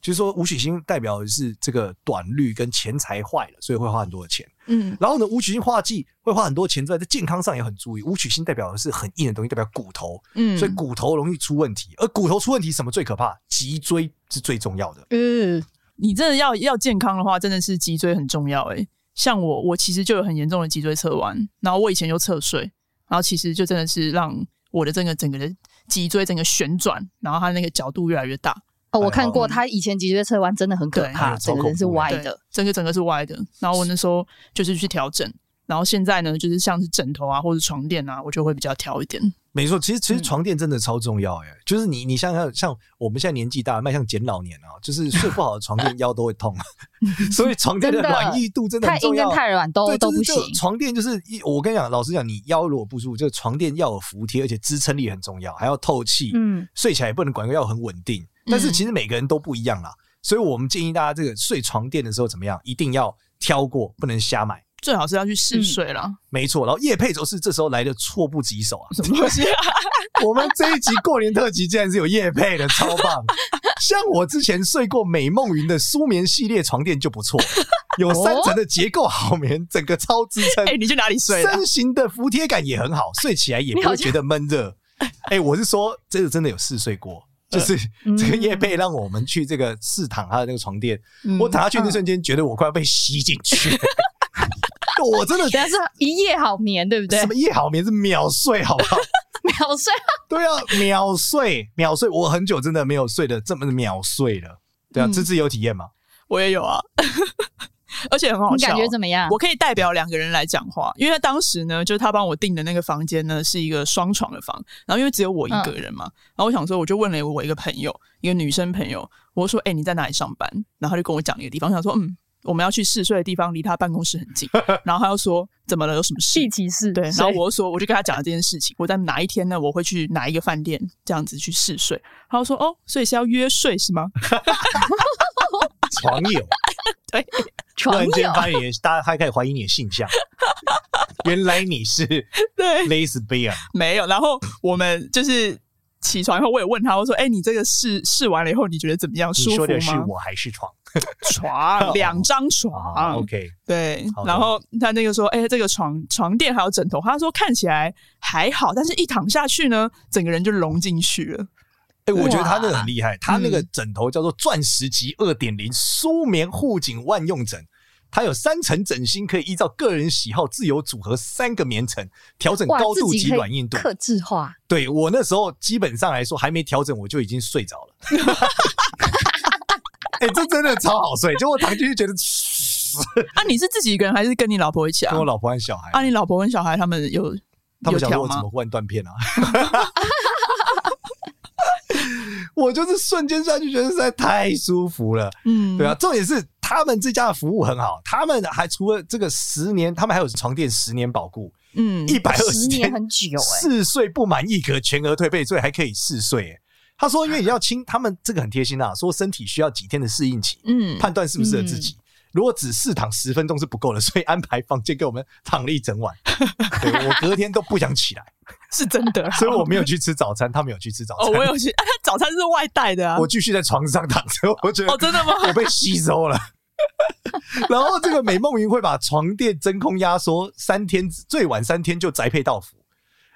Speaker 3: 就是说武曲星代表的是这个短率跟钱财坏了，所以会花很多的钱。
Speaker 2: 嗯，
Speaker 3: 然后呢，武曲星化忌会花很多钱之外，在健康上也很注意。武曲星代表的是很硬的东西，代表骨头，
Speaker 1: 嗯
Speaker 3: 所以骨头容易出问题。而骨头出问题，什么最可怕？脊椎是最重要的。
Speaker 2: 嗯，
Speaker 1: 你真的要要健康的话，真的是脊椎很重要、欸。像我，我其实就有很严重的脊椎侧弯，然后我以前又侧睡，然后其实就真的是让我的整个整个的脊椎整个旋转，然后它那个角度越来越大，
Speaker 4: 哦，我
Speaker 3: 哎
Speaker 4: 看过他以前脊椎侧弯真的很可
Speaker 1: 对
Speaker 3: 那
Speaker 4: 怕，
Speaker 3: 个超
Speaker 4: 整个人是
Speaker 3: 嗯恐怖的
Speaker 4: 歪
Speaker 1: 对
Speaker 4: 的。，
Speaker 1: 整个整个是歪的。然后我那时候就是去调整，然后现在呢，就是像是枕头啊或者床垫啊，我就会比较调一点。
Speaker 3: 没错，其实其实
Speaker 1: 嗯
Speaker 3: 床垫真的超重要哎、就是你你想想，像我们现在年纪大，迈向减老年啊，就是睡不好的床垫腰都会痛，啊 所以床垫的
Speaker 4: 真的
Speaker 3: 软硬度真的
Speaker 4: 太
Speaker 3: 很
Speaker 4: 硬
Speaker 3: 重要啊
Speaker 4: 跟。太软都
Speaker 3: 对，
Speaker 4: 都
Speaker 3: 就是
Speaker 4: 不
Speaker 3: 这
Speaker 4: 行
Speaker 3: 个。床垫就是一，我跟你讲，老实讲，你腰如果不舒服，这个床垫要有服帖，而且支撑力很重要，还要透气。
Speaker 4: 嗯，
Speaker 3: 睡起来也不能管要很稳定。但是其实每个人都不一样啦，所以我们建议大家这个睡床垫的时候怎么样，一定要挑过，不能瞎买。
Speaker 1: 最好是要去试睡啦，
Speaker 3: 没错，然后叶配轴是这时候来的措不及手啊！
Speaker 1: 什么东西、啊？
Speaker 3: 我们这一集过年特辑竟然是有叶配的，超棒！ 像我之前睡过美梦云的舒眠系列床垫就不错，有三层的结构好棉，整个超支撑
Speaker 1: 哦哎、，你去哪里睡的？
Speaker 3: 身形的服帖感也很好，睡起来也不会觉得 闷热。哎、我是说，这个真的有试睡过，
Speaker 1: 呃
Speaker 3: 就是
Speaker 4: 嗯
Speaker 3: 这个叶贝让我们去这个试躺他的那个床垫，
Speaker 1: 嗯
Speaker 3: 我躺下去那瞬间，觉得我快要被吸进去 了。我真的
Speaker 4: 等下是一夜好眠，对不对
Speaker 3: 什？么夜好眠是秒睡，好不好？
Speaker 4: 秒睡。
Speaker 3: 对啊，秒睡，秒睡，我很久真的没有睡的这么秒睡了。对啊，
Speaker 1: 嗯
Speaker 3: 芝芝有体验吗？
Speaker 1: 我也有啊， 而且很好
Speaker 4: 你
Speaker 1: 笑。
Speaker 4: 感觉怎么样？
Speaker 1: 我可以代表两个人来讲话，因为当时呢，就是他帮我订的那个房间呢是一个双床的房，然后因为只有我一个人嘛，然后我想说，我就问了我一个朋友，一个女生朋友，我就说，哎、你在哪里上班？然后他就跟我讲一个地方，我想说，嗯，我们要去试睡的地方离他办公室很近， 然后他又说，怎么了？有什么事？
Speaker 4: 戏骑士。
Speaker 1: 对，然后我就说，我就跟他讲了这件事情，我在哪一天呢，我会去哪一个饭店这样子去试睡。他就说，哦，所以是要约睡是吗？
Speaker 3: 床友，突
Speaker 4: 床
Speaker 3: 然间
Speaker 4: 友。
Speaker 3: 发现你的，大家还开始怀疑你的性向， 原来你是
Speaker 1: 对，
Speaker 3: lesbian。
Speaker 1: 没有。然后我们就是起床以后，我也问他，我说：“哎、你这个试试完了以后，你觉得怎么样？舒服
Speaker 3: 你说的是
Speaker 1: 吗
Speaker 3: 我还是床？
Speaker 1: 床两张
Speaker 3: 啊
Speaker 1: 床，
Speaker 3: ，OK，
Speaker 1: 对
Speaker 3: 好。的
Speaker 1: 然后他那个说：‘哎、这个床床垫还有枕头，他说看起来还好，但是一躺下去呢，整个人就融进去了。
Speaker 3: 哎、我觉得他那个很厉害，他那个枕头叫做钻石级二点零舒眠护颈万用枕，它有三层枕芯，可以依照个人喜好自由组合三个棉层，调整
Speaker 4: 哇，
Speaker 3: 高
Speaker 4: 自
Speaker 3: 度
Speaker 4: 己
Speaker 3: 及
Speaker 4: 可以
Speaker 3: 软硬度。
Speaker 4: 克制化，
Speaker 3: 对我那时候基本上来说还没调整，我就已经睡着了。 哎、这真的超好睡，就我躺进去觉得，
Speaker 1: 啊，你是自己一个人还是跟你老婆一起啊
Speaker 3: 跟我？老婆和小孩，
Speaker 1: 啊，你老婆跟小孩他们有
Speaker 3: 他
Speaker 1: 有
Speaker 3: 们想说
Speaker 1: 调
Speaker 3: 我怎
Speaker 1: 吗
Speaker 3: 么？忽然断片啊？ 我就是瞬间下去，觉得实在太舒服了。
Speaker 1: 嗯，
Speaker 3: 对啊，，重点是他们这家的服务很好，他们还除了这个十年，他们还有床垫十年保固，
Speaker 1: 嗯，
Speaker 3: 一百二
Speaker 4: 十
Speaker 3: 十
Speaker 4: 年很久哎、
Speaker 3: 嗜睡不满意可全额退费，所以还可以嗜睡、欸。他说，因为你要清，他们这个很贴心啊，说身体需要几天的适应期，
Speaker 1: 嗯
Speaker 3: 判断适不适合自己。如果只试躺十分钟是不够的，所以安排房间给我们躺了一整 晚。对我隔天都不想起来，
Speaker 1: 是真的啦。 啊
Speaker 3: 所以我没有去吃早餐，他们有去吃早
Speaker 1: 哦，
Speaker 3: 餐，
Speaker 1: 我有去，啊、早餐是外带的啊。
Speaker 3: 我继续在床上躺着。我觉得
Speaker 1: 哦，真的吗？
Speaker 3: 我被吸收了。然后这个美梦云会把床垫真空压缩三天，最晚三天就宅配到府。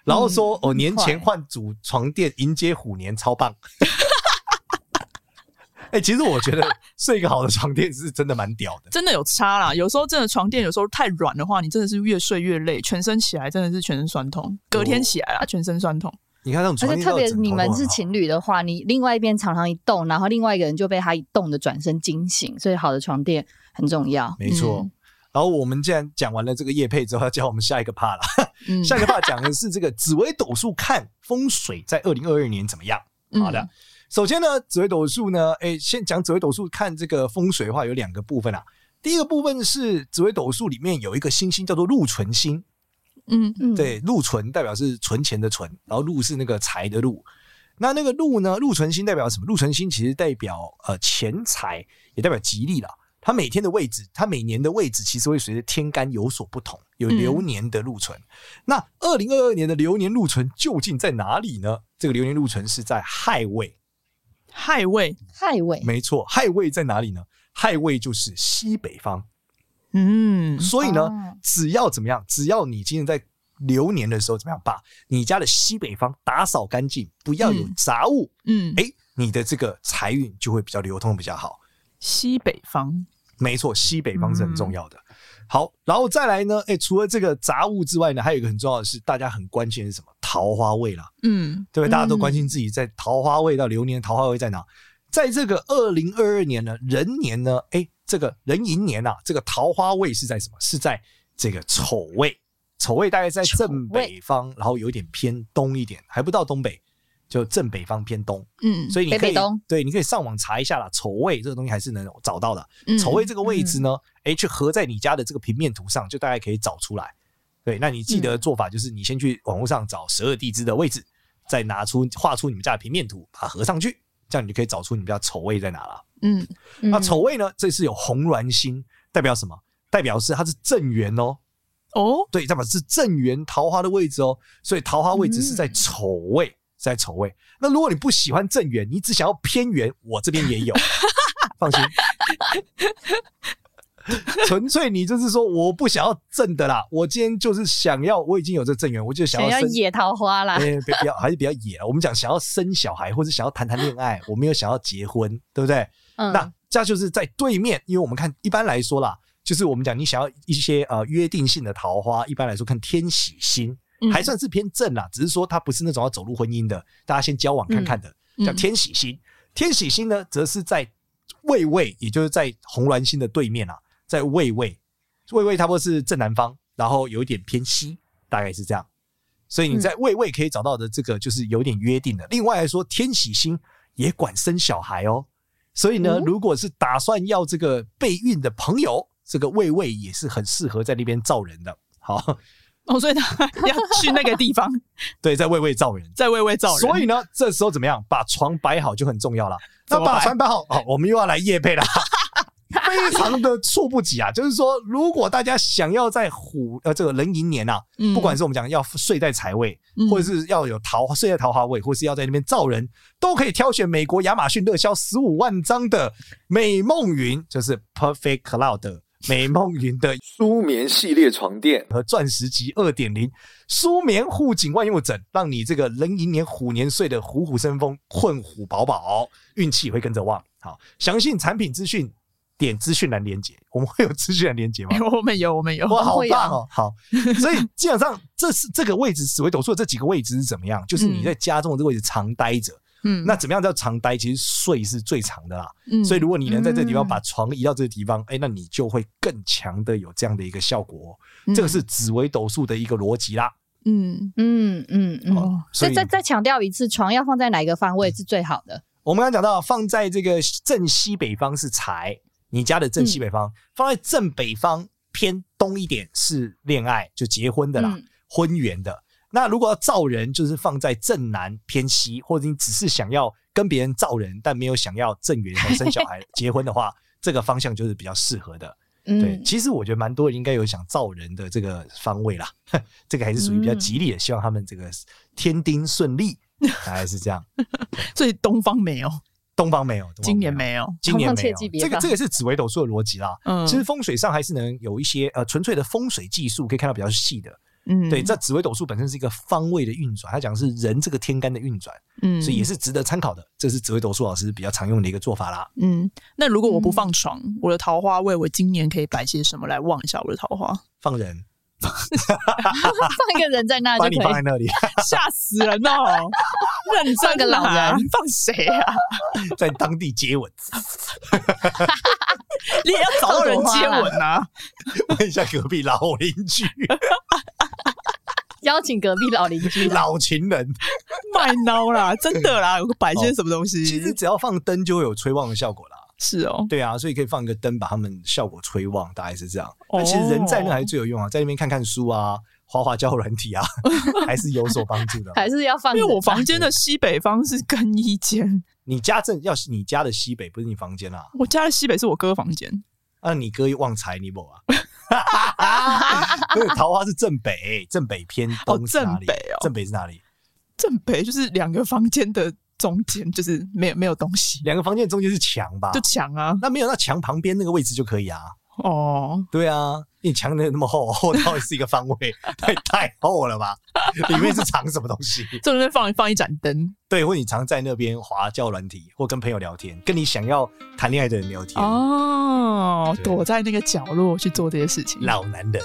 Speaker 3: 然后说：“
Speaker 4: 嗯
Speaker 3: 哦，年前换组床垫，迎接虎年，超棒。” 哎，其实我觉得睡一个好的床垫是真的蛮屌的。
Speaker 1: 真的有差啦。有时候真的床垫有时候太软的话，你真的是越睡越累，全身起来真的是全身酸痛，隔天起来啦，全身酸痛。
Speaker 3: 你看那
Speaker 4: 而
Speaker 3: 种床
Speaker 4: 且
Speaker 3: 垫
Speaker 4: 特
Speaker 3: 到
Speaker 4: 别
Speaker 3: 枕头
Speaker 4: 你
Speaker 3: 都
Speaker 4: 们
Speaker 3: 很
Speaker 4: 是
Speaker 3: 好
Speaker 4: 情侣的话，你另外一边常常一动，然后另外一个人就被他一动的转身惊醒，所以好的床垫很重要。
Speaker 3: 没错。
Speaker 4: 嗯
Speaker 3: 然后我们既然讲完了这个叶配之后，要教我们下一个 part 了。
Speaker 1: 嗯，
Speaker 3: 下一个 part 讲的是这个紫微斗数看风水在二零二二年怎么样。
Speaker 1: 嗯
Speaker 3: 好的，首先呢，紫微斗数呢，哎、先讲紫微斗数看这个风水的话，有两个部分啊。第一个部分是紫微斗数里面有一个星星叫做禄存星，
Speaker 1: 嗯
Speaker 4: 嗯，，
Speaker 3: 对，禄存代表是存钱的存，然后禄是那个财的禄。那那个禄呢？禄存星代表什么？禄存星其实代表呃钱财，也代表吉利啦。它每天的位置，它每年的位置其实会随着天干有所不同，有流年的禄存。那二零二二年的流年禄存究竟在哪里呢？这个流年禄存是在亥位，
Speaker 1: 亥位，
Speaker 4: 太伟，
Speaker 3: 没错，亥位在哪里呢？亥位就是西北方，
Speaker 1: 嗯
Speaker 3: 所以呢，
Speaker 4: 哦
Speaker 3: 只要怎么样，只要你今天在流年的时候怎么样，把你家的西北方打扫干净，不要有
Speaker 1: 嗯
Speaker 3: 杂物，
Speaker 1: 嗯，
Speaker 3: 哎、你的这个财运就会比较流通比较好。
Speaker 1: 西北方，
Speaker 3: 没错，西北方是很
Speaker 1: 嗯
Speaker 3: 重要的。好，然后再来呢，哎、除了这个杂物之外呢，还有一个很重要的是，大家很关心的是什么？桃花位啦，
Speaker 1: 嗯
Speaker 3: 对不对？大家都
Speaker 4: 嗯
Speaker 3: 关心自己在桃花位到流年桃花位在哪？在这个二零二二年呢，人年呢，哎，这个壬寅年啊，这个桃花位是在什么？是在这个丑位，丑位大概在正北方，然后有点偏东一点，还不到东北，就正北方偏东。
Speaker 1: 嗯，
Speaker 3: 所以你可以
Speaker 4: 北北东
Speaker 3: 对，你可以上网查一下啦，丑位这个东西还是能找到的。
Speaker 1: 以
Speaker 3: 丑位这个位置呢，哎、去合在你家的这个平面图上，就大概可以找出来。对，那你记得做法就是，你先去网络上找十二地支的位置，再拿出画出你们家的平面图，把它合上去，这样你就可以找出你们家丑位在哪了。
Speaker 1: 嗯
Speaker 3: 那丑位呢，这是有红鸾星，代表什么？代表是它是正缘哦，
Speaker 1: 哦，
Speaker 3: 对，代表是正缘桃花的位置哦，所以桃花位置是
Speaker 4: 嗯
Speaker 3: 在丑位，是在丑位。那如果你不喜欢正缘，你只想要偏缘，我这边也有， 放心。纯粹你就是说我不想要正的啦，我今天就是想要，我已经有这正缘，我就想
Speaker 4: 想要
Speaker 3: 生。
Speaker 4: 野桃花啦，
Speaker 3: 哎，不不要，还是比较野啊。我们讲想要生小孩，或者想要谈谈恋爱，我没有想要结婚，对不对？
Speaker 4: 嗯，
Speaker 3: 那这就是在对面，因为我们看一般来说啦，就是我们讲你想要一些呃约定性的桃花，一般来说看天喜星
Speaker 1: 嗯
Speaker 3: 还算是偏正啦，只是说它不是那种要走入婚姻的，大家先交往看看的，
Speaker 1: 嗯
Speaker 3: 叫天喜星。天喜星呢，则是在魏位，也就是在红鸾星的对面啊，在魏位，魏位差不多是正南方，然后有一点偏西，大概是这样。所以你在魏位可以找到的这个就是有点约定的。另外来说，天喜星也管生小孩哦，所以呢，
Speaker 4: 嗯
Speaker 3: 如果是打算要这个备孕的朋友，这个魏位也是很适合在那边造人的。好，
Speaker 1: 哦，所以他 要去那个地 方，
Speaker 3: 对，在魏位造人。
Speaker 1: 在魏魏造人，
Speaker 3: 所以呢，这时候怎么样？把床摆好就很重要了。
Speaker 1: 怎
Speaker 3: 那
Speaker 1: 么摆
Speaker 3: 把床摆好，哦，我们又要来夜配了， 非常的猝不及啊！就是说，如果大家想要在虎呃这个壬寅年啊，
Speaker 1: 嗯
Speaker 3: 不管是我们讲要睡在财位，
Speaker 1: 嗯
Speaker 3: 或者是要有桃睡在桃花位，或是要在那边造人，都可以挑选美国亚马逊热销十五万张的美梦云，就是 Perfect Cloud 的美梦云的
Speaker 6: 舒眠系列床垫。
Speaker 3: 和钻石级二点零舒眠护颈万用枕，让你这个壬寅年虎年岁的虎虎生风，困虎饱饱，运气会跟着旺。好，详细产品资讯点资讯栏连接，我们会有资讯栏连接吗？
Speaker 1: 哎我们有我们有，
Speaker 3: 哇，好
Speaker 4: 会
Speaker 3: 棒
Speaker 4: 有
Speaker 3: 哦！好，所以基本上这是这个位置，紫微斗数的这几个位置是怎么样？就是你在家中的这个位置常待着。
Speaker 1: 嗯
Speaker 3: 那怎么样叫常待？其实睡是最长的啦。
Speaker 1: 嗯
Speaker 3: 所以如果你能在这个地方把床移到这个地方，哎、那你就会更强的有这样的一个效果哦、这个是紫微斗数的一个逻辑啦。
Speaker 1: 嗯
Speaker 4: 嗯嗯嗯，
Speaker 1: 哦
Speaker 4: 所
Speaker 3: 所
Speaker 4: 以
Speaker 3: 以
Speaker 4: 再再强调一次，床要放在哪一个方位是最好的？
Speaker 3: 我们刚刚讲到，放在这个正西北方是财，你家的正西北方；放在正北方偏东一点是恋爱，就结婚的啦，
Speaker 4: 嗯
Speaker 3: 婚缘的。那如果要造人，就是放在正南偏西，或者你只是想要跟别人造人，但没有想要正缘和生小孩、结婚的话，这个方向就是比较适合的。对，
Speaker 4: 嗯，
Speaker 3: 其实我觉得蛮多人应该有想造人的这个方位啦，这个还是属于比较吉利的，希望他们这个天丁顺 利，大概是这样。
Speaker 1: 所以东方没有，东
Speaker 3: 东方没有，东方
Speaker 1: 今年没有，
Speaker 3: 今年
Speaker 4: 东方
Speaker 3: 没
Speaker 4: 切
Speaker 3: 有
Speaker 4: 记，别
Speaker 3: 这个
Speaker 4: 放
Speaker 3: 这个是紫微斗数的逻辑啦。
Speaker 1: 嗯
Speaker 3: 其实风水上还是能有一些呃纯粹的风水技术可以看到比较细的，
Speaker 1: 嗯，
Speaker 3: 对，这紫微斗数本身是一个方位的运转，它讲的是人这个天干的运转，
Speaker 1: 嗯
Speaker 3: 所以也是值得参考的。这是紫微斗数老师比较常用的一个做法啦。
Speaker 1: 嗯。那如果我不放床，我的桃花位，我今年可以摆些什么来旺一下我的桃花？
Speaker 3: 放人，
Speaker 4: 放一个人在那
Speaker 3: 把
Speaker 4: 就
Speaker 3: 你
Speaker 4: 可
Speaker 3: 放
Speaker 4: 以
Speaker 3: 在。那里，
Speaker 1: 吓死人哦！认真啊
Speaker 4: 放个老人，
Speaker 1: 放谁啊？
Speaker 3: 在当地接吻，
Speaker 1: 你也要找到人接吻啊！
Speaker 3: 问一下隔壁老邻 居、
Speaker 4: 邀请隔壁老邻居来。
Speaker 3: 老 情人。
Speaker 1: 卖孬啦，真的啦，有个摆些什么东西？
Speaker 3: 其实只要放灯就会有催旺的效果啦。
Speaker 1: 是哦，
Speaker 3: 对啊，所以可以放一个灯把他们效果催旺，大概是这样。
Speaker 1: 哦
Speaker 3: 那其实人在那还是最有用啊，在那边看看书啊，滑滑交友软体啊， 还是有所帮 助的。
Speaker 4: 还是要放着
Speaker 1: 因
Speaker 4: 吧，
Speaker 1: 为我房间的西北方是更衣间，
Speaker 3: 你家正要是你家的西北，不是你房间啦、
Speaker 1: 我家的西北是我哥房间。
Speaker 3: 啊，你哥旺财你 某啊。不是桃花是正北，正北偏东是哪
Speaker 1: 哦正
Speaker 3: 里？
Speaker 1: 北哦
Speaker 3: 正北是哪里？
Speaker 1: 正北就是两个房间的中间，就是没有没有东西，
Speaker 3: 两个房间中间是墙吧
Speaker 1: 就？墙啊。
Speaker 3: 那没有，那墙旁边那个位置就可以啊。
Speaker 1: 哦，
Speaker 3: 对啊，你墙那那么厚，厚到底是一个 方位，太太厚了吧？里面是藏什么东西？
Speaker 1: 这边放放一盏灯。
Speaker 3: 对，或你常在那边滑教软体，或跟朋友聊天，跟你想要谈恋爱的人聊天。
Speaker 1: 哦，
Speaker 3: 对
Speaker 1: 躲在那个角落去做这些事情。
Speaker 3: 老男人，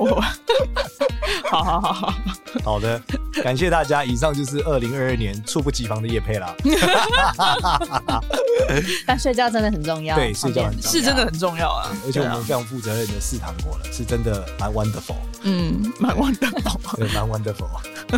Speaker 1: 我， 好好好好，
Speaker 3: 好的，感谢大家。以上就是二零二二年猝不及防的夜配 啦。
Speaker 4: 但睡觉真的很重要。
Speaker 3: 对，睡觉很重要
Speaker 1: 是真的很重要啊。
Speaker 3: 而且
Speaker 1: 对
Speaker 3: 我
Speaker 1: 啊
Speaker 3: 们非常负责任的试糖果了，是真的蛮 wonderful，
Speaker 1: 嗯， 蛮忘的宝。
Speaker 3: 对，蛮 wonderful，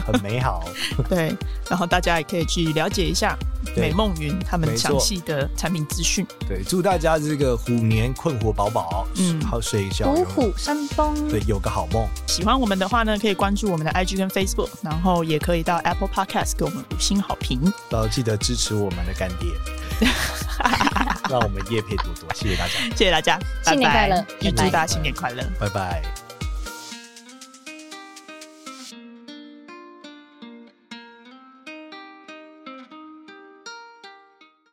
Speaker 3: 很美 好。
Speaker 1: 对，然后大家也可以去了解一下
Speaker 3: 对
Speaker 1: 美梦云他们
Speaker 3: 没错
Speaker 1: 详细的产品资讯。
Speaker 3: 对，祝大家这个虎年困惑饱饱，
Speaker 1: 嗯
Speaker 3: 好睡一觉，
Speaker 4: 虎
Speaker 3: 有
Speaker 4: 虎生风，
Speaker 3: 对，有个好梦。
Speaker 1: 喜欢我们的话呢，可以关注我们的 IG 跟 Facebook，然后也可以到 Apple Podcast 给我们五星好评。
Speaker 3: 然呃后记得支持我们的干 爹，让我们夜配多多，谢谢大家，
Speaker 1: 谢谢大家，
Speaker 4: 新年
Speaker 1: 拜
Speaker 4: 快
Speaker 1: 拜
Speaker 4: 乐
Speaker 1: 预祝
Speaker 4: 拜拜
Speaker 1: 大家新年快乐。
Speaker 3: 拜拜。